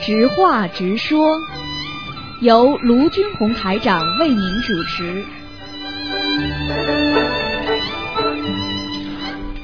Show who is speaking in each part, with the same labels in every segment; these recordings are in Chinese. Speaker 1: 直话直说，由卢军红台长为您主持。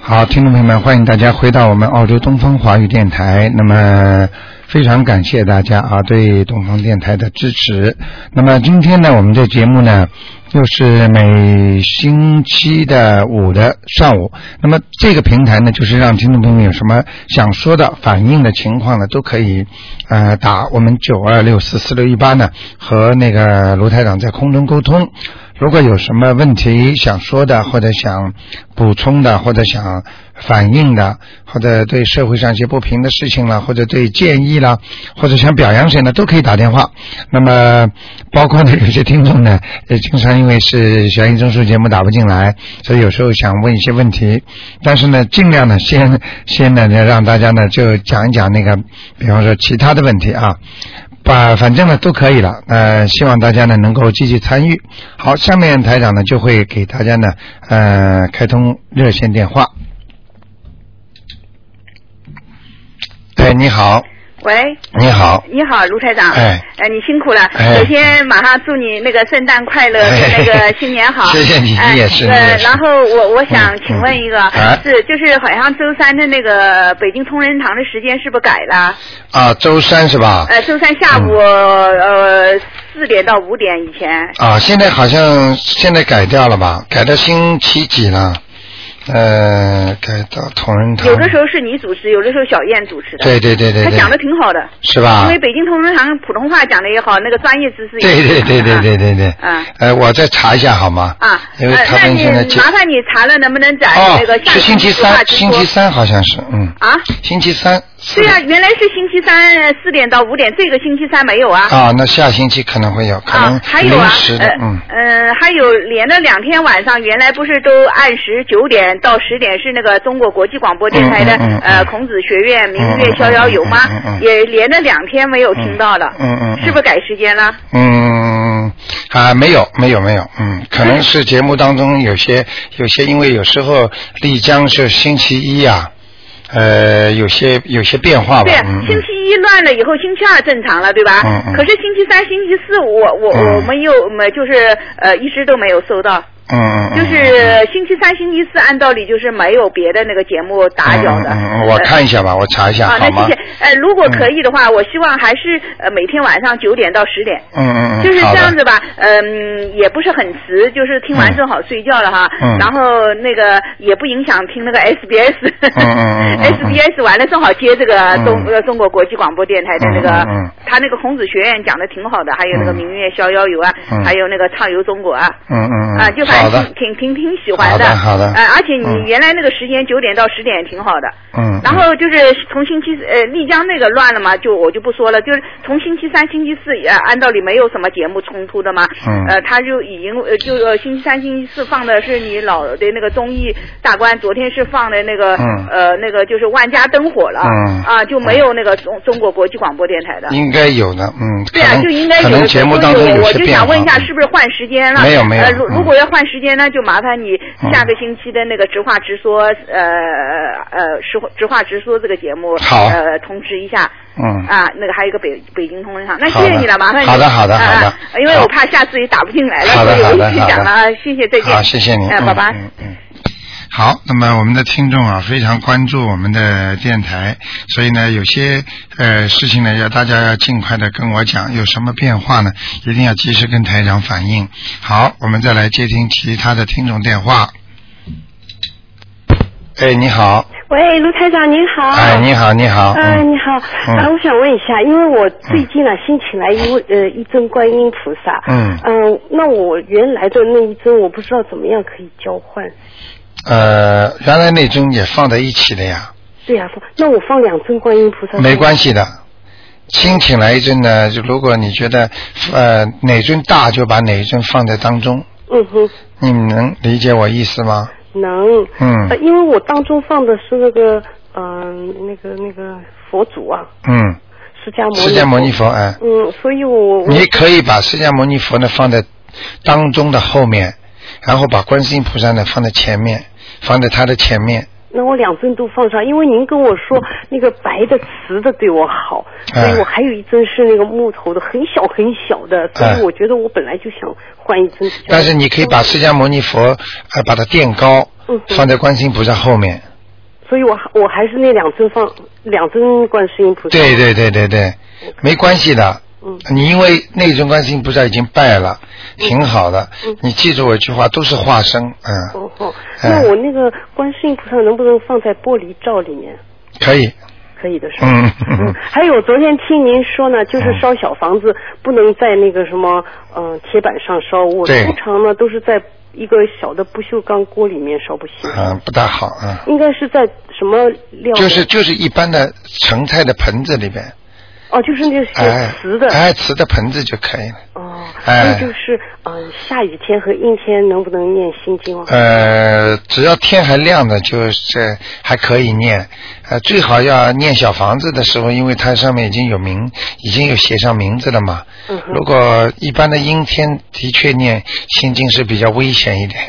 Speaker 2: 好，听众朋友们，欢迎大家回到我们澳洲东方华语电台。那么，非常感谢大家啊对东方电台的支持。那么今天呢，我们这节目呢，又是每星期的五的上午。那么这个平台呢，就是让听众朋友们有什么想说的、反映的情况呢，都可以呃打我们九二六四四六一八呢，和那个卢台长在空中沟通。如果有什么问题想说的，或者想补充的，或者想反映的，或者对社会上一些不平的事情了，或者对建议啦，或者想表扬谁呢，都可以打电话。那么，包括呢，有些听众呢，也经常因为是悬疑综述节目打不进来，所以有时候想问一些问题，但是呢，尽量呢，先先呢，让大家呢就讲一讲那个，比方说其他的问题啊。把反正呢都可以了，呃，希望大家呢能够积极参与。好，下面台长呢就会给大家呢呃开通热线电话。哎，你好，
Speaker 3: 喂，
Speaker 2: 你好，
Speaker 3: 你好，卢台长。
Speaker 2: 哎，
Speaker 3: 呃，你辛苦了。
Speaker 2: 哎
Speaker 3: 首先，马上祝你那个圣诞快乐，
Speaker 2: 哎
Speaker 3: 那个新年好。
Speaker 2: 谢谢你
Speaker 3: 哎
Speaker 2: 你也是你也
Speaker 3: 呃，
Speaker 2: 是
Speaker 3: 然后我我想
Speaker 2: 嗯
Speaker 3: 请问一个
Speaker 2: 嗯哎，
Speaker 3: 是就是好像周三的那个北京同仁堂的时间是不是改了？
Speaker 2: 啊，周三是吧？
Speaker 3: 呃，周三下午
Speaker 2: 嗯
Speaker 3: 呃四点到五点以前。
Speaker 2: 啊，现在好像现在改掉了吧？改到星期几了？呃，改到同仁堂。
Speaker 3: 有的时候是你主持，有的时候小燕主持
Speaker 2: 嗯
Speaker 3: 的。
Speaker 2: 对对对对
Speaker 3: 他
Speaker 2: 对，
Speaker 3: 讲的挺好的，
Speaker 2: 是吧？
Speaker 3: 因为北京同仁堂普通话讲的也好，那个专业知识也
Speaker 2: 对对对对对对对。
Speaker 3: 啊
Speaker 2: 呃，我再查一下好吗？
Speaker 3: 啊，
Speaker 2: 因为
Speaker 3: 呃
Speaker 2: 他
Speaker 3: 那
Speaker 2: 们
Speaker 3: 你
Speaker 2: 现在接
Speaker 3: 麻烦你查了，能不能在
Speaker 2: 哦
Speaker 3: 那个，下
Speaker 2: 是星期三，
Speaker 3: 直
Speaker 2: 星
Speaker 3: 播
Speaker 2: 期三好像是，嗯，
Speaker 3: 啊？
Speaker 2: 星期三。
Speaker 3: 对呀、原来是啊星期三四点到五点，这个星期三没有啊。
Speaker 2: 啊，那下星期可能会有，可能
Speaker 3: 啊，还有
Speaker 2: 临
Speaker 3: 啊
Speaker 2: 时，的
Speaker 3: 呃，，
Speaker 2: 嗯，
Speaker 3: 呃，还有连着两天晚上，原来不是都按时九点到十点是那个中国国际广播电台的、
Speaker 2: 嗯嗯嗯
Speaker 3: 呃
Speaker 2: 嗯
Speaker 3: 孔子学院明月
Speaker 2: 嗯
Speaker 3: 逍遥游吗？
Speaker 2: 嗯嗯嗯嗯
Speaker 3: 也连着两天没有听到了，
Speaker 2: 嗯嗯嗯
Speaker 3: 是不是改时间了？
Speaker 2: 嗯，啊，没有，没有，没有，嗯，可能是节目当中有些有些，因为有时候丽江是星期一啊，呃，有些有些变化吧
Speaker 3: 对，，
Speaker 2: 嗯，
Speaker 3: 星
Speaker 2: 嗯
Speaker 3: 期一乱了以后，星期二正常了，对吧？
Speaker 2: 嗯嗯
Speaker 3: 可是星期三、星期四，我我、
Speaker 2: 嗯
Speaker 3: 我们又没就是呃一直都没有收到，
Speaker 2: 嗯嗯，
Speaker 3: 就是星期三、星期四，按道理就是没有别的那个节目打搅的。
Speaker 2: 嗯嗯嗯，我
Speaker 3: 呃
Speaker 2: 看一下吧，我查一下
Speaker 3: 啊，
Speaker 2: 好
Speaker 3: 那
Speaker 2: 吗
Speaker 3: 谢谢？。呃，如果可以的话，我希望还是呃每天晚上九点到十点，
Speaker 2: 嗯嗯嗯，
Speaker 3: 就是
Speaker 2: 好
Speaker 3: 这
Speaker 2: 的
Speaker 3: 样子吧。嗯，也不是很迟，就是听完
Speaker 2: 嗯
Speaker 3: 正好睡觉了哈。
Speaker 2: 嗯
Speaker 3: 然后那个也不影响听那个 SBS。
Speaker 2: 嗯嗯嗯嗯
Speaker 3: 哎 SBS 完了正好接这个中
Speaker 2: 嗯
Speaker 3: 呃中国国际广播电台的那个
Speaker 2: 嗯嗯嗯，
Speaker 3: 他那个孔子学院讲的挺好的，还有那个
Speaker 2: 嗯
Speaker 3: 明月逍遥游啊
Speaker 2: 嗯，
Speaker 3: 还有那个畅游中国啊。
Speaker 2: 嗯嗯嗯，
Speaker 3: 啊，就反
Speaker 2: 好
Speaker 3: 正
Speaker 2: 的，
Speaker 3: 挺挺挺挺喜欢
Speaker 2: 好的好的
Speaker 3: 呃，而且
Speaker 2: 嗯
Speaker 3: 你原来那个时间九点到十点也挺好的。
Speaker 2: 嗯，
Speaker 3: 然后就是从星期呃丽江那个乱了嘛，就我就不说了，就是从星期三、星期四呃，按道理没有什么节目冲突的嘛，
Speaker 2: 嗯
Speaker 3: 呃，他就已经呃就呃星期三、星期四放的是你老的那个综艺大观，昨天是放的那个、
Speaker 2: 嗯
Speaker 3: 呃那个就是万家灯火了，
Speaker 2: 嗯
Speaker 3: 啊就没有那个中中国国际广播电台的。
Speaker 2: 应该有的，嗯，
Speaker 3: 对啊
Speaker 2: 可，能
Speaker 3: 就应该
Speaker 2: 可
Speaker 3: 有
Speaker 2: 能
Speaker 3: 的
Speaker 2: 节目
Speaker 3: 所以
Speaker 2: 当中有
Speaker 3: 我我
Speaker 2: 些
Speaker 3: 就
Speaker 2: 变化。
Speaker 3: 想问一下，是不是换时间了？
Speaker 2: 没有没有
Speaker 3: 呃，如
Speaker 2: 嗯
Speaker 3: 如果要换时间呢，就麻烦你下个星期的那个直话直说，呃呃直话直话直说这个节目，
Speaker 2: 好
Speaker 3: 呃通知一下。
Speaker 2: 嗯
Speaker 3: 啊，那个还有一个北北京同仁堂，那
Speaker 2: 好
Speaker 3: 谢
Speaker 2: 的
Speaker 3: 谢你了，麻烦你。
Speaker 2: 好的好的
Speaker 3: 啊
Speaker 2: 好的
Speaker 3: 啊因为
Speaker 2: 好
Speaker 3: 我怕下次也打不进哎来了，
Speaker 2: 好的
Speaker 3: 所以我
Speaker 2: 好的
Speaker 3: 一直讲了
Speaker 2: 好
Speaker 3: 啊，谢谢，再见。
Speaker 2: 好，谢谢你，
Speaker 3: 哎，
Speaker 2: 嗯
Speaker 3: 拜拜。
Speaker 2: 嗯嗯。好，那么我们的听众啊，非常关注我们的电台，所以呢，有些呃事情呢，要大家要尽快的跟我讲，有什么变化呢，一定要及时跟台长反映。好，我们再来接听其他的听众电话。哎，你好，
Speaker 4: 喂，卢台长您好。
Speaker 2: 哎，你好，你好，
Speaker 4: 哎
Speaker 2: 嗯
Speaker 4: 你好，
Speaker 2: 嗯
Speaker 4: 啊，我想问一下，因为我最近呢新请来一位呃一尊观音菩萨，
Speaker 2: 嗯
Speaker 4: 嗯，那我原来的那一尊我不知道怎么样可以交换，
Speaker 2: 呃，原来那尊也放在一起的呀。
Speaker 4: 对呀、那我放两尊观音菩萨，
Speaker 2: 没关系的。新请来一尊呢，就如果你觉得呃哪尊大，就把哪一尊放在当中。
Speaker 4: 嗯哼，
Speaker 2: 你能理解我意思吗？
Speaker 4: 能，
Speaker 2: 嗯
Speaker 4: 呃，因为我当中放的是那个嗯、那个那个佛祖啊，
Speaker 2: 嗯，
Speaker 4: 释迦牟尼，
Speaker 2: 释迦牟尼，佛，哎，
Speaker 4: 嗯，所以我我
Speaker 2: 你可以把释迦牟尼佛呢放在当中的后面，然后把观世音菩萨呢放在前面，放在他的前面，
Speaker 4: 那我两针都放上，因为您跟我说那个白的瓷的对我好，
Speaker 2: 哎
Speaker 4: 所以我还有一针是那个木头的，很小很小的，所以我觉得我本来就想换一针。
Speaker 2: 哎但是你可以把释迦牟尼佛呃把它垫高，
Speaker 4: 嗯哼
Speaker 2: 放在观世音菩萨后面。
Speaker 4: 所以我还我还是那两针放两针观世音菩萨。
Speaker 2: 对对对对对，没关系的。
Speaker 4: 嗯
Speaker 2: 你因为那尊观世音菩萨已经拜了，挺好的。
Speaker 4: 嗯
Speaker 2: 你记住我一句话，都是化身，嗯，
Speaker 4: 哦哦，
Speaker 2: 哎
Speaker 4: 那我那个观世音菩萨能不能放在玻璃罩里面？
Speaker 2: 可以，
Speaker 4: 可以的是吧？
Speaker 2: 嗯，
Speaker 4: 还有昨天听您说呢，就是烧小房子不能在那个什么，嗯、铁板上烧。我
Speaker 2: 对
Speaker 4: 通常呢都是在一个小的不锈钢锅里面烧，不行。
Speaker 2: 嗯，不大好，嗯，
Speaker 4: 应该是在什么料？
Speaker 2: 就是就是一般的盛菜的盆子里边，
Speaker 4: 哦，就是那个
Speaker 2: 哎，
Speaker 4: 瓷的。
Speaker 2: 哎，瓷的盆子就可以了。
Speaker 4: 哦，
Speaker 2: 哎
Speaker 4: 那就是嗯、下雨天和阴天能不能念心经哦？
Speaker 2: 呃，只要天还亮的，就是还可以念。呃，最好要念小房子的时候，因为它上面已经有名，已经有写上名字了嘛。
Speaker 4: 嗯哼
Speaker 2: 如果一般的阴天，的确念心经是比较危险一点。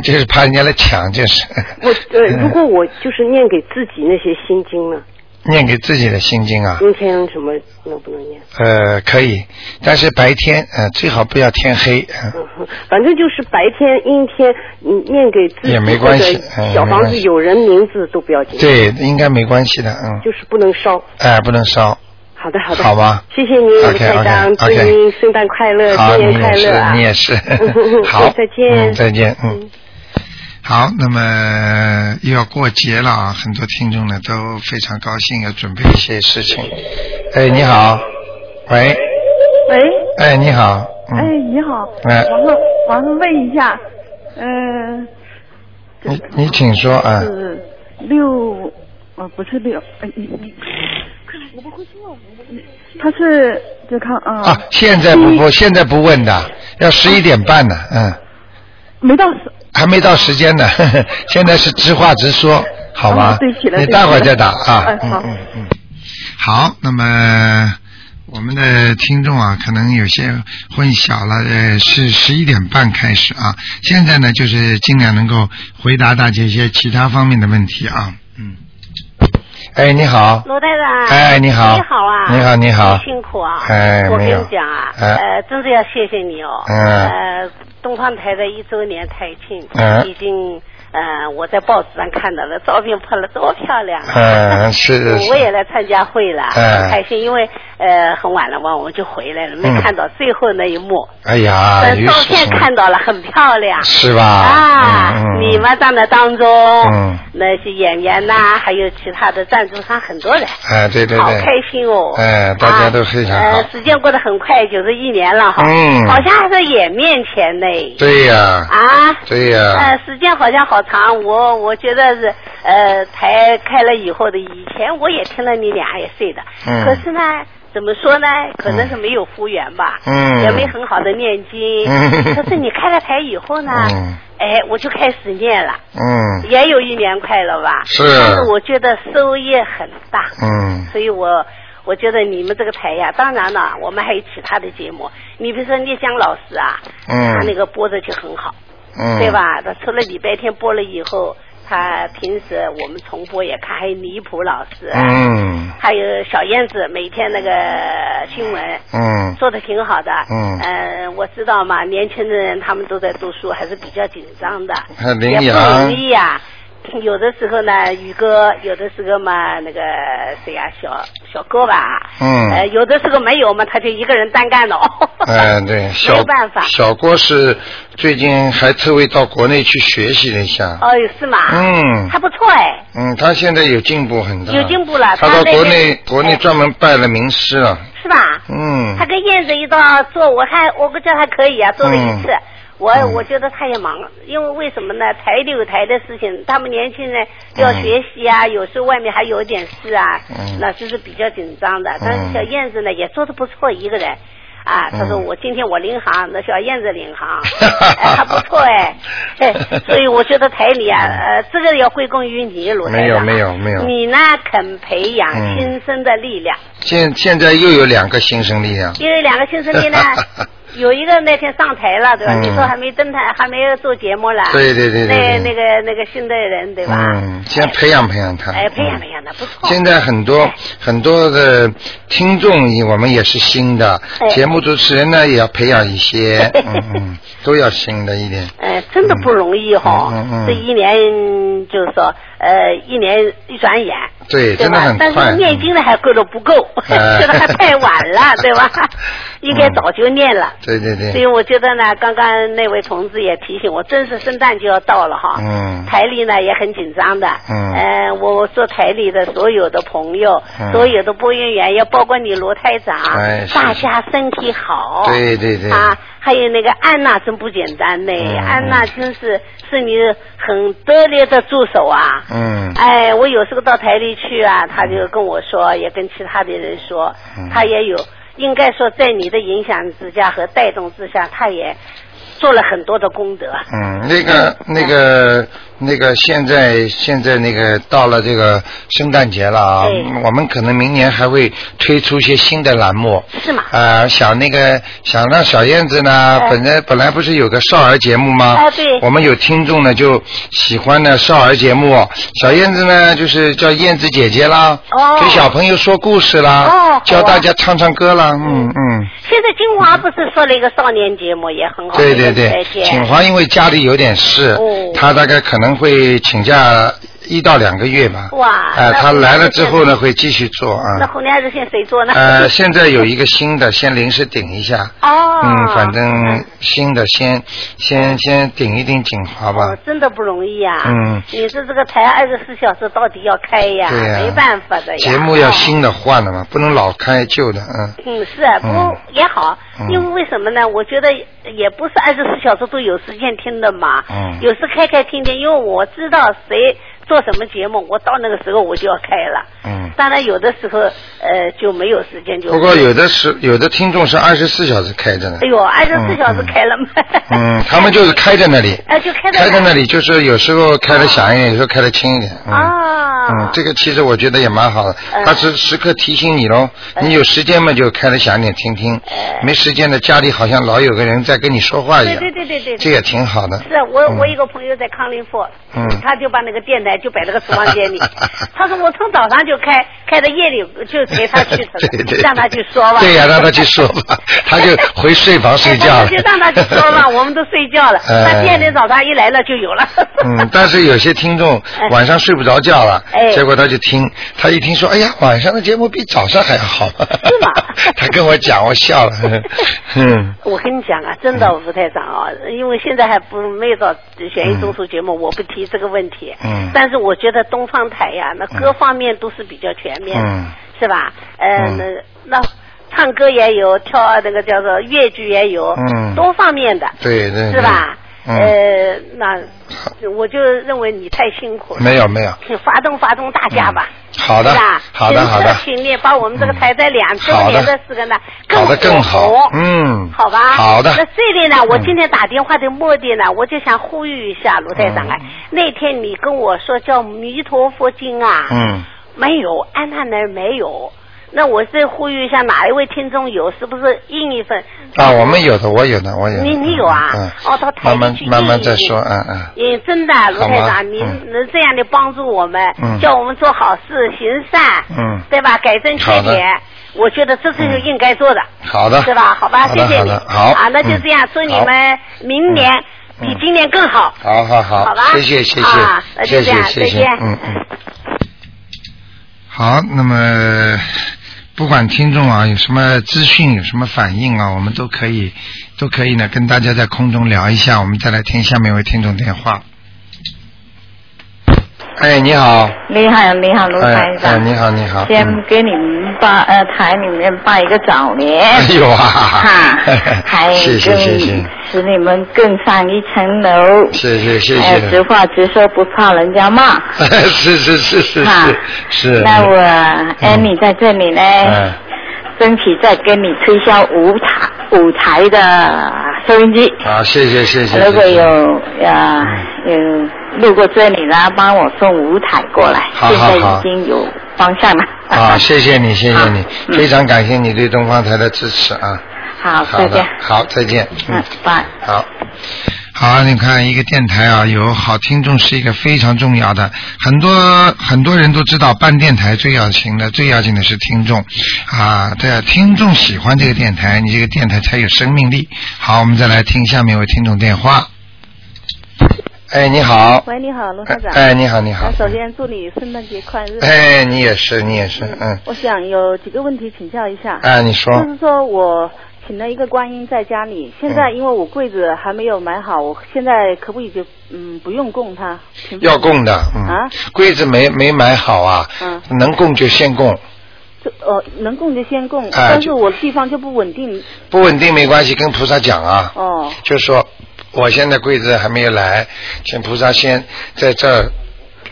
Speaker 2: 就是怕人家来抢，就是。
Speaker 4: 我呃，
Speaker 2: 嗯
Speaker 4: 如果我就是念给自己那些心经呢，
Speaker 2: 念给自己的心经啊，
Speaker 4: 阴天什么能不能念？
Speaker 2: 呃，可以，但是白天，呃，最好不要天黑。嗯
Speaker 4: 嗯哼，反正就是白天、阴天，你念给自己
Speaker 2: 也没关系
Speaker 4: 或者
Speaker 2: 嗯
Speaker 4: 小房
Speaker 2: 没关
Speaker 4: 子
Speaker 2: 系
Speaker 4: 有人名字都不要紧，，
Speaker 2: 对，应该没关系的，嗯。
Speaker 4: 就是不能烧。
Speaker 2: 哎，不能烧。
Speaker 4: 好的，好的，
Speaker 2: 好吧
Speaker 4: 谢谢您，
Speaker 2: OK，
Speaker 4: 吴台长，祝
Speaker 2: OK，OK
Speaker 4: 您圣诞快乐，
Speaker 2: 好，
Speaker 4: 新
Speaker 2: 你也
Speaker 4: 年快
Speaker 2: 是，
Speaker 4: 乐啊！
Speaker 2: 你也是
Speaker 4: 嗯。
Speaker 2: 好，
Speaker 4: 再见
Speaker 2: 嗯，再见，嗯
Speaker 4: 嗯。
Speaker 2: 好，那么又要过节了啊，很多听众呢都非常高兴，要准备一些事情。哎，你好，喂，
Speaker 5: 喂，
Speaker 2: 哎，你好，
Speaker 5: 哎，
Speaker 2: 嗯，
Speaker 5: 你好，
Speaker 2: 哎
Speaker 5: 完了完了，问一下，嗯、
Speaker 2: 你哦你请说啊，
Speaker 4: 嗯
Speaker 5: 是六，呃，不是六，哎，你你，他是就看啊，
Speaker 2: 啊，现在不
Speaker 4: 嗯
Speaker 2: 不，现在不问的，要十一点半呢，嗯，
Speaker 5: 没到十，
Speaker 2: 还没到时间呢， 呵呵现在是直话直说，好吗？
Speaker 5: 啊对不起了对
Speaker 2: 你
Speaker 5: 不起了
Speaker 2: 待会儿再打啊。
Speaker 5: 哎好
Speaker 2: 嗯嗯嗯。好，那么我们的听众啊，可能有些混淆了，呃，是十一点半开始啊。现在呢，就是尽量能够回答大家一些其他方面的问题啊。嗯。哎，你好。
Speaker 6: 罗台长，
Speaker 2: 哎，你好。
Speaker 6: 你好啊，
Speaker 2: 你好，你好。
Speaker 6: 辛苦啊，
Speaker 2: 哎
Speaker 6: 我跟
Speaker 2: 没有
Speaker 6: 你讲啊，
Speaker 2: 哎
Speaker 6: 呃，真是要谢谢你哦，
Speaker 2: 嗯
Speaker 6: 呃，东方台的一周年台庆，
Speaker 2: 嗯
Speaker 6: 已经，呃，我在报纸上看到了，照片拍了多漂亮啊，
Speaker 2: 嗯，是是。是
Speaker 6: 我也来参加会了，
Speaker 2: 哎
Speaker 6: 很开心，因为呃很晚了嘛，我们就回来了，没
Speaker 2: 嗯
Speaker 6: 看到最后那一幕，
Speaker 2: 哎呀，
Speaker 6: 呃
Speaker 2: 有
Speaker 6: 照
Speaker 2: 什
Speaker 6: 片
Speaker 2: 么
Speaker 6: 看到了，很漂亮，
Speaker 2: 是吧？
Speaker 6: 啊，
Speaker 2: 嗯嗯、
Speaker 6: 你们站的当中，
Speaker 2: 嗯
Speaker 6: 那些演员呐、还有其他的赞助商很多人，
Speaker 2: 哎，对对对，
Speaker 6: 好开心哦！
Speaker 2: 哎，大家都非常好。
Speaker 6: 啊呃，时间过得很快，九十一年了哈，
Speaker 2: 嗯
Speaker 6: 好像还在眼面前呢。
Speaker 2: 对呀、
Speaker 6: 啊，
Speaker 2: 对呀、
Speaker 6: 呃，时间好像好长，我我觉得是，呃，台开了以后的，以前我也听了你俩也睡的，
Speaker 2: 嗯
Speaker 6: 可是呢，怎么说呢？可能是没有服务员吧，
Speaker 2: 嗯
Speaker 6: 也没很好的念经，
Speaker 2: 嗯
Speaker 6: 可是你开了台以后呢，
Speaker 2: 嗯
Speaker 6: 哎，我就开始念了，
Speaker 2: 嗯
Speaker 6: 也有一年快了吧，
Speaker 2: 是
Speaker 6: 但是我觉得收益很大，
Speaker 2: 嗯
Speaker 6: 所以我我觉得你们这个台呀，当然了，我们还有其他的节目，你比如说聂江老师啊，
Speaker 2: 嗯
Speaker 6: 他那个播的就很好，
Speaker 2: 嗯，
Speaker 6: 对？吧？他除了礼拜天播了以后，他平时我们重播也看，还有李普老师，啊
Speaker 2: 嗯
Speaker 6: 还有小燕子每天那个新闻。
Speaker 2: 嗯
Speaker 6: 做的挺好的，
Speaker 2: 嗯
Speaker 6: 呃，我知道嘛，年轻的人他们都在读书，还是比较紧张的，
Speaker 2: 还有林
Speaker 6: 也不
Speaker 2: 阳
Speaker 6: 容易呀、有的时候呢，宇哥，有的时候嘛，那个谁呀、小小哥吧，
Speaker 2: 嗯
Speaker 6: 呃，有的时候没有嘛，他就一个人单干哦了。
Speaker 2: 哎，对，
Speaker 6: 没
Speaker 2: 小
Speaker 6: 有办法。
Speaker 2: 小郭是最近还特意到国内去学习了一下。
Speaker 6: 哦，是吗？
Speaker 2: 嗯
Speaker 6: 还不错哎，
Speaker 2: 嗯，他现在有进步很大。
Speaker 6: 有进步了
Speaker 2: 他
Speaker 6: 他
Speaker 2: 到
Speaker 6: 那
Speaker 2: 国
Speaker 6: 边
Speaker 2: 内国内
Speaker 6: 哎
Speaker 2: 专门拜了名师了。
Speaker 6: 是吧？
Speaker 2: 嗯
Speaker 6: 他跟燕子一道做，我还我觉得还可以啊，做了一次。
Speaker 2: 嗯
Speaker 6: 我
Speaker 2: 嗯
Speaker 6: 我觉得他也忙，因为为什么呢？台里有台的事情，他们年轻人要
Speaker 2: 嗯
Speaker 6: 学习啊，有时候外面还有点事啊，
Speaker 2: 嗯
Speaker 6: 那就是比较紧张的。但是小燕子呢，也做的不错，一个人。啊，他说
Speaker 2: 嗯
Speaker 6: 我今天我领航，那小燕子领航， 哎，还不错哎，哎，所以我觉得台里啊，呃，这个要归功于你，罗台长啊
Speaker 2: 没有没有没有
Speaker 6: 你呢肯培养
Speaker 2: 嗯
Speaker 6: 新生的力量，
Speaker 2: 现现在又有两个新生力量。，
Speaker 6: 因为两个新生力呢 有一个那天上台了，对吧？你说还没登台，还没有做节目了。
Speaker 2: 嗯对对对对
Speaker 6: 那那个那个新的人，对吧？
Speaker 2: 嗯，先培养培养他。嗯
Speaker 6: 哎，培养培哎养他，不错。
Speaker 2: 现在很多很多的听众，我们也是新的，
Speaker 6: 哎
Speaker 2: 节目主持人呢也要培养一 些，嗯嗯，都要新的一点。
Speaker 6: 哎，真的不容易哈！
Speaker 2: 嗯嗯。
Speaker 6: 这一年就是说，呃，一年一转眼。
Speaker 2: 对，
Speaker 6: 对
Speaker 2: 真的
Speaker 6: 吧？
Speaker 2: 很
Speaker 6: 但
Speaker 2: 快嗯
Speaker 6: 是念经的还够的不够， 觉得还太晚 了，对吧？应该早就念了。
Speaker 2: 对对对。
Speaker 6: 所以我觉得呢，刚刚那位同志也提醒我，正是圣诞就要到了哈。
Speaker 2: 嗯。
Speaker 6: 台里呢也很紧张的。
Speaker 2: 嗯。
Speaker 6: 呃，我做台里的所有的朋友，
Speaker 2: 嗯
Speaker 6: 所有的播音员，也包括你罗台长，
Speaker 2: 哎是
Speaker 6: 大家身体好。
Speaker 2: 对对对。
Speaker 6: 啊，还有那个安娜真不简单呢，
Speaker 2: 嗯
Speaker 6: 安娜真是是你很得力的助手啊。
Speaker 2: 嗯。
Speaker 6: 哎，我有时候到台里去啊，他就跟我说，也跟其他的人说，
Speaker 2: 嗯
Speaker 6: 他也有，应该说在你的影响之下和带动之下，他也做了很多的功德。
Speaker 2: 嗯，那个、那个、那个，现在现在那个到了这个圣诞节了啊，
Speaker 6: 对
Speaker 2: 我们可能明年还会推出一些新的栏目。
Speaker 6: 是吗？
Speaker 2: 啊、想那个想让小燕子呢，
Speaker 6: 哎
Speaker 2: 本来本来不是有个少儿节目吗？
Speaker 6: 哎对
Speaker 2: 我们有听众呢就喜欢呢少儿节目，小燕子呢就是叫燕子姐姐啦，
Speaker 6: 哦
Speaker 2: 给小朋友说故事啦，
Speaker 6: 哦
Speaker 2: 教
Speaker 6: 好啊
Speaker 2: 大家唱唱歌啦，嗯嗯
Speaker 6: 现在金华不是说了一个少年节目也很好，
Speaker 2: 对对
Speaker 6: 再
Speaker 2: 对，
Speaker 6: 见
Speaker 2: 锦华因为家里有点事，
Speaker 6: 哦
Speaker 2: 他大概可能会请假一到两个月吧。
Speaker 6: 哇
Speaker 2: 哎、
Speaker 6: 那
Speaker 2: 他
Speaker 6: 不
Speaker 2: 来了
Speaker 6: 是
Speaker 2: 之后呢，会继续做
Speaker 6: 那
Speaker 2: 啊。
Speaker 6: 红娘子现在谁做呢？
Speaker 2: 呃，现在有一个新的，先临时顶一下。
Speaker 6: 哦，
Speaker 2: 嗯，反正新的先先先顶一顶锦华吧
Speaker 6: 哦。真的不容易啊！
Speaker 2: 嗯
Speaker 6: 你这这个台二十四小时到底要开呀，
Speaker 2: 对呀
Speaker 6: 没办法的呀。
Speaker 2: 节目要
Speaker 6: 哦
Speaker 2: 新的换了嘛，不能老开旧的，嗯。
Speaker 6: 嗯，是啊，不
Speaker 2: 嗯
Speaker 6: 过也好，
Speaker 2: 嗯
Speaker 6: 因为为什么呢？我觉得也不是二十四小时都有时间听的嘛。
Speaker 2: 嗯
Speaker 6: 有时开开听听，因为我知道谁做什么节目，我到那个时候我就要开了。
Speaker 2: 嗯
Speaker 6: 当然，有的时候呃就没有时间就。
Speaker 2: 不过有的是有的听众是二十四小时开着呢。
Speaker 6: 哎呦，二十四小时开了嘛。
Speaker 2: 嗯，他们就是开在那里。
Speaker 6: 哎就开在那
Speaker 2: 开
Speaker 6: 里
Speaker 2: 在那里，就是有时候开的响一点，有时候开的轻一点。嗯
Speaker 6: 啊
Speaker 2: 嗯，这个其实我觉得也蛮好的，
Speaker 6: 嗯
Speaker 2: 他是时刻提醒你喽。你有时间嘛，就开的响一点听听；没时间的，家里好像老有个人在跟你说话一样。
Speaker 6: 嗯对对对对对对
Speaker 2: 这也挺好的。
Speaker 6: 是啊我
Speaker 2: 嗯
Speaker 6: 我有个朋友在康林富，
Speaker 2: 嗯
Speaker 6: 他就把那个电台就摆那个厨房 间里，他说我从早上就开，开到夜里就陪他去
Speaker 2: 对对，
Speaker 6: 让他去说吧。
Speaker 2: 对呀、让他去说 吧，他就回睡房睡觉
Speaker 6: 哎
Speaker 2: 了。
Speaker 6: 我就让他去说 吧，我们都睡觉了。
Speaker 2: 嗯
Speaker 6: 那第二天早上一来了就有了。
Speaker 2: 嗯，但是有些听众
Speaker 6: 哎
Speaker 2: 晚上睡不着觉了，
Speaker 6: 哎
Speaker 2: 结果他就听，他一听说，哎呀，晚上的节目比早上还要好，
Speaker 6: 是吗
Speaker 2: 他跟我讲，我笑 了，嗯，
Speaker 6: 我跟你讲啊，真的吴台长啊，因为现在还不没有到悬疑综述节目，我不提这个问题。
Speaker 2: 嗯
Speaker 6: 但是我觉得东方台呀、那各方面都是比较全面的，
Speaker 2: 嗯
Speaker 6: 是吧？呃，
Speaker 2: 嗯
Speaker 6: 那那唱歌也有，跳那个叫做越剧也有，
Speaker 2: 嗯
Speaker 6: 多方面的，
Speaker 2: 对对，
Speaker 6: 是吧？
Speaker 2: 嗯
Speaker 6: 呃，那我就认为你太辛苦了。
Speaker 2: 没有没有，
Speaker 6: 请发动发动大家吧。
Speaker 2: 嗯好的
Speaker 6: 是吧？
Speaker 2: 好的好的
Speaker 6: 请你把我们这个台在两周
Speaker 2: 好的
Speaker 6: 年的事个呢，
Speaker 2: 搞得更
Speaker 6: 火
Speaker 2: 好
Speaker 6: 红，
Speaker 2: 嗯
Speaker 6: 好吧，
Speaker 2: 好的嗯
Speaker 6: 那这里呢，我今天打电话的目的呢，我就想呼吁一下卢台
Speaker 2: 嗯
Speaker 6: 长啊，那天你跟我说叫弥陀佛经啊，
Speaker 2: 嗯，
Speaker 6: 没有，安娜那儿没有。那我是呼吁一下，哪一位听众有，是不是印一份？
Speaker 2: 啊，我们有的，我有的，我有的，
Speaker 6: 你你有啊？
Speaker 2: 嗯，
Speaker 6: 哦，到台
Speaker 2: 慢
Speaker 6: 里
Speaker 2: 慢
Speaker 6: 去
Speaker 2: 慢慢
Speaker 6: 印
Speaker 2: 再
Speaker 6: 一
Speaker 2: 说，
Speaker 6: 印
Speaker 2: 嗯嗯。
Speaker 6: 嗯，真的，卢
Speaker 2: 好
Speaker 6: 台
Speaker 2: 吗
Speaker 6: 长，您
Speaker 2: 嗯
Speaker 6: 能这样的帮助我们，
Speaker 2: 嗯
Speaker 6: 叫我们做好事、行善，
Speaker 2: 嗯
Speaker 6: 对吧？改正缺
Speaker 2: 好的
Speaker 6: 点，我觉得这是
Speaker 2: 嗯
Speaker 6: 应该做的，
Speaker 2: 好的，
Speaker 6: 是吧？好吧，
Speaker 2: 好
Speaker 6: 谢
Speaker 2: 的
Speaker 6: 谢
Speaker 2: 好
Speaker 6: 你，
Speaker 2: 的，好，
Speaker 6: 啊，那就
Speaker 2: 嗯
Speaker 6: 这样，祝你
Speaker 2: 好
Speaker 6: 们明年
Speaker 2: 嗯
Speaker 6: 比今年更好，
Speaker 2: 好好好，
Speaker 6: 好吧
Speaker 2: 谢谢谢谢，
Speaker 6: 啊那
Speaker 2: 谢
Speaker 6: 就这
Speaker 2: 谢
Speaker 6: 样
Speaker 2: 谢
Speaker 6: 再
Speaker 2: 谢
Speaker 6: 见，
Speaker 2: 嗯嗯。好，那么不管听众啊有什么资讯、有什么反应啊，我们都可以都可以呢跟大家在空中聊一下，我们再来听下面一位听众电话。哎，你好，
Speaker 7: 你好，你好，卢
Speaker 2: 哎
Speaker 7: 台
Speaker 2: 哎，
Speaker 7: 长。
Speaker 2: 你好你好，
Speaker 7: 先
Speaker 2: 嗯
Speaker 7: 给你们拜呃台里面拜一个早年。
Speaker 2: 哎呦啊，，
Speaker 7: 哈 还
Speaker 2: 谢谢
Speaker 7: 更
Speaker 2: 谢谢
Speaker 7: 使你们更上一层楼。
Speaker 2: 谢谢谢
Speaker 7: 还有直
Speaker 2: 谢，
Speaker 7: 话直说，不怕人家骂。
Speaker 2: 是是是是
Speaker 7: 哈
Speaker 2: 是是，
Speaker 7: 那我
Speaker 2: 嗯
Speaker 7: Annie 在这里呢，
Speaker 8: 哎
Speaker 2: 嗯
Speaker 7: 争取再跟你推销舞台舞台的收音机。
Speaker 2: 好，谢谢谢谢，
Speaker 7: 如果
Speaker 2: 谢谢
Speaker 7: 有呃有路过这里啦，帮我送五台过来。
Speaker 2: 好
Speaker 7: 现
Speaker 2: 好
Speaker 7: 在
Speaker 2: 好
Speaker 7: 已经有方向了。
Speaker 2: 啊，谢谢你，谢谢你
Speaker 7: 好，嗯
Speaker 2: 非常感谢你对东方台的支持啊！
Speaker 7: 好，
Speaker 2: 好
Speaker 7: 再
Speaker 2: 的
Speaker 7: 见。，
Speaker 2: 好，再见。嗯
Speaker 7: 嗯，，拜。
Speaker 2: 好。好，你看一个电台啊，有好听众是一个非常重要的，很多很多人都知道办电台最要紧的，最要紧的是听众啊，对啊，听众喜欢这个电台，你这个电台才有生命力。好，我们再来听下面一位听众电话。哎，你好。
Speaker 8: 喂，你好，卢台长。
Speaker 2: 哎，你好，你好
Speaker 8: 啊。首先祝你圣诞节快乐。
Speaker 2: 哎，你也是，你也是，嗯，
Speaker 8: 我想有几个问题请教一下。
Speaker 2: 哎你说嗯
Speaker 8: 就是说我请了一个观音在家里，现在因为我柜子还没有买好，我现在可不可以就嗯不用供它？请
Speaker 2: 要供的，嗯，
Speaker 8: 啊
Speaker 2: 柜子没没买好啊，
Speaker 8: 嗯
Speaker 2: 能供就先供，
Speaker 8: 就呃能供就先供，
Speaker 2: 哎
Speaker 8: 嗯但是
Speaker 2: 就
Speaker 8: 我地方就不稳定
Speaker 2: 不稳定没关系，跟菩萨讲啊，
Speaker 8: 哦。
Speaker 2: 就说我现在柜子还没有来，请菩萨先在这儿，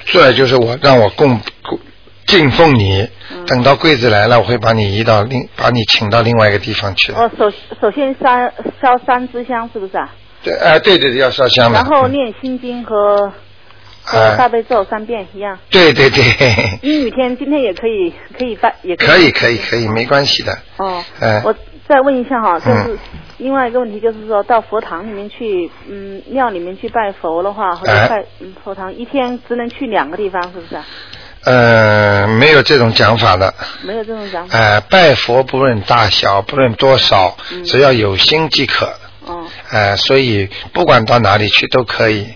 Speaker 2: 这儿就是我让我供供敬奉你。
Speaker 8: 嗯
Speaker 2: 等到柜子来了，我会把你移到另，把你请到另外一个地方去的。
Speaker 8: 哦，首首先三烧三支香是不是啊？
Speaker 2: 对，哎、对对对，要烧香
Speaker 8: 然
Speaker 2: 了。
Speaker 8: 后念心经和和
Speaker 2: 哎
Speaker 8: 大悲咒三遍一样。
Speaker 2: 对对对，
Speaker 8: 阴雨天今天也可以可以拜也
Speaker 2: 可以可以可以，没关系的。
Speaker 8: 哦，
Speaker 2: 嗯
Speaker 8: 我再问一下哈，就
Speaker 2: 嗯
Speaker 8: 是另外一个问题，就是说到佛堂里面去，嗯，庙里面去拜佛的话，或者
Speaker 2: 哎
Speaker 8: 拜、嗯佛堂，一天只能去两个地方，是不是啊？
Speaker 2: 呃，没有这种讲法的。
Speaker 8: 没有这种讲法。
Speaker 2: 哎、拜佛不论大小，不论多少，只要有心即可。
Speaker 8: 哦，
Speaker 2: 呃，所以不管到哪里去都可以，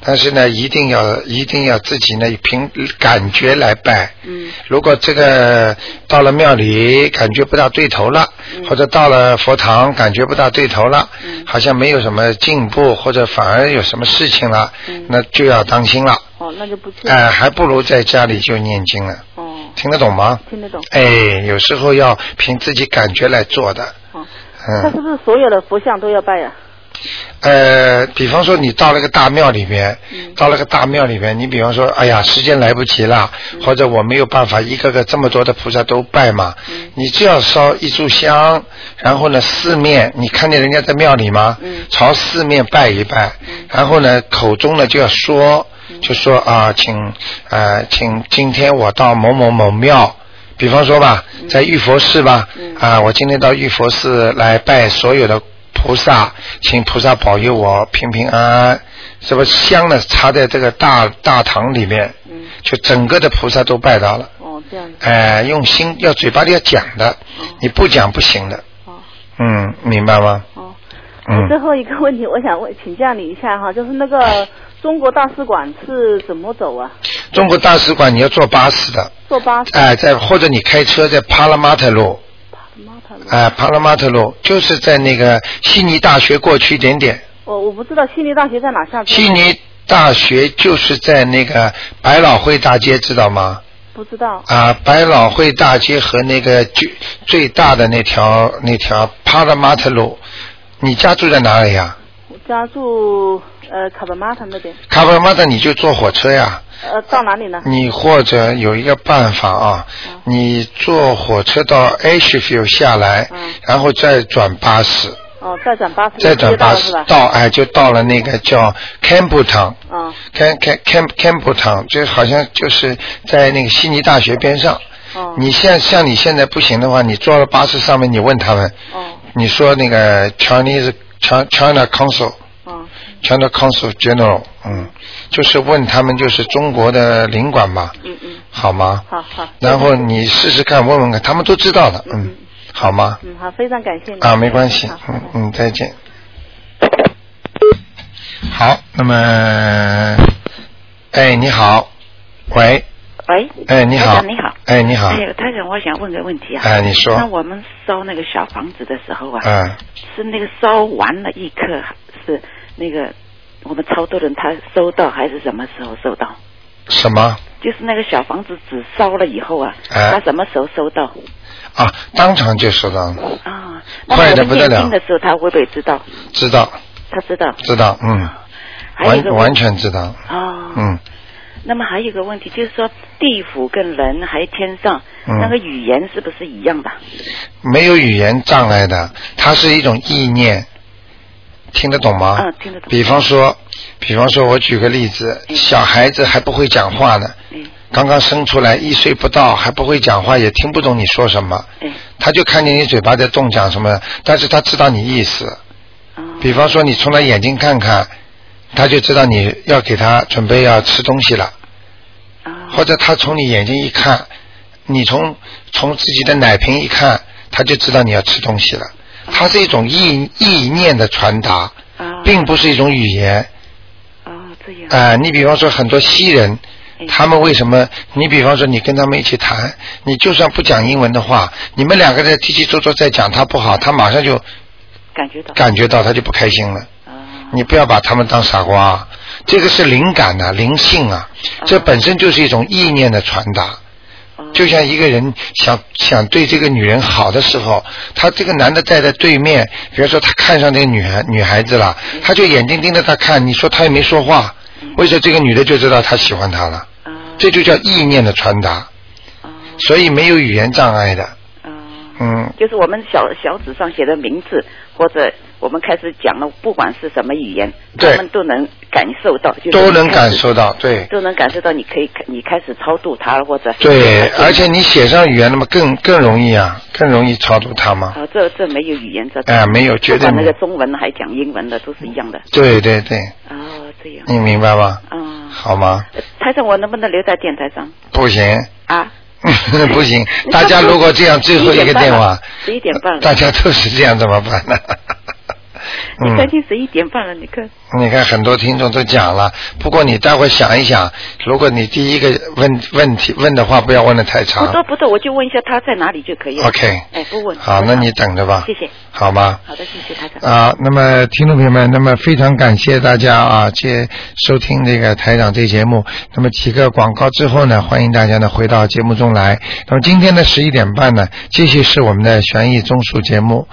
Speaker 2: 但是呢，一定要一定要自己呢凭感觉来拜。
Speaker 8: 嗯。
Speaker 2: 如果这个到了庙里感觉不大对头了，或者到了佛堂感觉不大对头了，好像没有什么进步，或者反而有什么事情了，那就要当心了。
Speaker 8: 哦，那就不去。
Speaker 2: 哎、还不如在家里就念经了。
Speaker 8: 哦，
Speaker 2: 听得懂吗？
Speaker 8: 听得懂。
Speaker 2: 哎，有时候要凭自己感觉来做的。
Speaker 8: 哦
Speaker 2: 嗯。
Speaker 8: 他 是不是所有的佛像都要拜呀、
Speaker 2: 呃，比方说你到了个大庙里边，到了个大庙里边，你比方说，哎呀，时间来不及了，或者我没有办法一个个这么多的菩萨都拜嘛，你只要烧一炷香，然后呢四面，你看见人家在庙里吗？朝四面拜一拜，然后呢口中呢就要说，就说啊，请呃，请今天我到某某某庙。比方说吧，在玉佛寺吧，啊，我今天到玉佛寺来拜所有的菩萨，请菩萨保佑我平平安安。什么香呢？插在这个大大堂里面，就整个的菩萨都拜到了。
Speaker 8: 哦，这样子。
Speaker 2: 哎、用心要嘴巴里要讲的，你不讲不行的。嗯，明白吗？
Speaker 8: 哦。最
Speaker 2: 嗯，
Speaker 8: 后一个问题，我想问请教你一下哈，就是那个中国大使馆是怎么走啊？
Speaker 2: 中国大使馆你要坐巴士的，
Speaker 8: 坐巴士？
Speaker 2: 哎、在或者你开车在帕拉马特路。哎，帕拉马特路就是在那个悉尼大学过去一点点，
Speaker 8: 我我不知道悉尼大学在哪下边。
Speaker 2: 悉尼大学就是在那个百老汇大街，知道吗？
Speaker 8: 不知道。
Speaker 2: 啊，百老汇大街和那个最最大的那条那条帕拉马特路，你家住在哪里呀、
Speaker 8: 我家住呃卡巴马他那边，
Speaker 2: 卡帕拉马特你就坐火车呀、
Speaker 8: 呃到哪里呢？
Speaker 2: 你或者有一个办法啊，
Speaker 8: 嗯
Speaker 2: 你坐火车到 Ashfield 下来，
Speaker 8: 嗯
Speaker 2: 然后再转巴士，
Speaker 8: 哦，再转巴士，
Speaker 2: 再转巴
Speaker 8: 接
Speaker 2: 士
Speaker 8: 到了是吧？
Speaker 2: 到哎就到了那个叫 Campbelltown。
Speaker 8: 啊
Speaker 2: Cam Cam Cam Campbelltown，就好像就是在那个悉尼大学边上。
Speaker 8: 哦
Speaker 2: 你现像你现在不行的话，你坐了巴士上面，你问他们，
Speaker 8: 哦
Speaker 2: 你说那个 Chinese China China Council
Speaker 8: 哦
Speaker 2: China Council General，嗯，就是问他们就是中国的领馆吧，
Speaker 8: 嗯嗯，
Speaker 2: 好吗？
Speaker 8: 好好。
Speaker 2: 然后你试试看，问问看，他们都知道的，嗯，好吗？
Speaker 8: 嗯好，非常感谢你
Speaker 2: 啊，没关系，嗯嗯，再见。好，那么，哎，你好，喂，
Speaker 9: 喂，
Speaker 2: 哎，你好
Speaker 9: 台长你好，
Speaker 2: 哎，你好，
Speaker 9: 哎呦，台长，我想问个问题啊。
Speaker 2: 哎你说
Speaker 9: 那我们烧那个小房子的时候啊，
Speaker 2: 嗯，
Speaker 9: 是那个烧完了一刻，是那个我们超多人他收到还是什么时候收到？
Speaker 2: 什么
Speaker 9: 就是那个小房子纸烧了以后啊，
Speaker 2: 哎
Speaker 9: 他什么时候收到？
Speaker 2: 啊？当场就收到了，
Speaker 9: 啊，那
Speaker 2: 快得
Speaker 9: 我
Speaker 2: 不
Speaker 9: 们
Speaker 2: 得
Speaker 9: 念
Speaker 2: 了
Speaker 9: 经的时候，他会不会知道？
Speaker 2: 知道，
Speaker 9: 他知道。
Speaker 2: 知道，嗯，
Speaker 9: 还有一
Speaker 2: 完
Speaker 9: 个问
Speaker 2: 完全知道，
Speaker 9: 啊。
Speaker 2: 嗯，
Speaker 9: 那么还有一个问题，就是说地府跟人还有天上、
Speaker 2: 嗯啊
Speaker 9: 那个语言是不是一样的？
Speaker 2: 没有语言障碍的，它是一种意念，听得懂吗？
Speaker 9: 嗯，听得懂。
Speaker 2: 比方说，比方说，我举个例子，小孩子还不会讲话呢，刚刚生出来一岁不到，还不会讲话，也听不懂你说什么。他就看见你嘴巴在动，讲什么，但是他知道你意思。
Speaker 9: 啊
Speaker 2: 比方说，你从他眼睛看看，他就知道你要给他准备要吃东西了。或者他从你眼睛一看，你从从自己的奶瓶一看，他就知道你要吃东西了。它是一种意意念的传达，并不是一种语言。啊、你比方说很多西人，他们为什么？你比方说你跟他们一起谈，你就算不讲英文的话，你们两个在叽叽喳喳在讲他不好，他马上就
Speaker 3: 感觉到。
Speaker 2: 感觉到他就不开心了。
Speaker 9: 呃
Speaker 2: 你不要把他们当傻瓜，这个是灵感呐、灵性啊，这本身就是一种意念的传达。就像一个人想想对这个女人好的时候，他这个男的站在对面，比如说他看上这个女孩女孩子了，他就眼睛盯着她看，你说他也没说话，为什么这个女的就知道他喜欢她了？
Speaker 9: 呃
Speaker 2: 这就叫意念的传达。所以没有语言障碍的。嗯，
Speaker 3: 就是我们小小纸上写的名字，或者我们开始讲了，不管是什么语言，他
Speaker 2: 对
Speaker 3: 们都能感受到，就是
Speaker 2: 都能
Speaker 3: 你开
Speaker 2: 感
Speaker 3: 始
Speaker 2: 受到，对。
Speaker 3: 都能感受到，你可以你开始超度他了，或者
Speaker 2: 对，而且你写上语言，那么更更容易啊，更容易超度他嘛。
Speaker 3: 啊，这这没有语言这
Speaker 2: 哎没有绝对
Speaker 3: 不管
Speaker 2: 没
Speaker 3: 那
Speaker 2: 有
Speaker 3: 个中文还讲英文的都是一样的。
Speaker 2: 对对对，
Speaker 3: 哦，这样。
Speaker 2: 你明白吗？
Speaker 3: 嗯，
Speaker 2: 好吗？
Speaker 3: 台长，我能不能留在电台上
Speaker 2: 不行，
Speaker 3: 啊？
Speaker 2: 不行，大家如果这样，最后一个电话，呃
Speaker 3: 十一点半了，
Speaker 2: 大家都是这样，怎么办 呢？
Speaker 3: 你将
Speaker 2: 嗯，
Speaker 3: 近十一点半了，你看。
Speaker 2: 你看很多听众都讲了，不过你待会想一想，如果你第一个问问题问的话，不要问的太
Speaker 3: 不多
Speaker 2: 长。
Speaker 3: 不多，我就问一下他在哪里就可以了。
Speaker 2: OK
Speaker 3: 哎，不问。
Speaker 2: 好，那你等着吧
Speaker 3: 谢，谢。
Speaker 2: 好吗？
Speaker 3: 好的，谢谢台长。
Speaker 2: 啊，那么听众朋友们，那么非常感谢大家啊，接收听这个台长这节目。那么几个广告之后呢，欢迎大家呢回到节目中来。那么今天的十一点半呢，继续是我们的悬疑综述节目。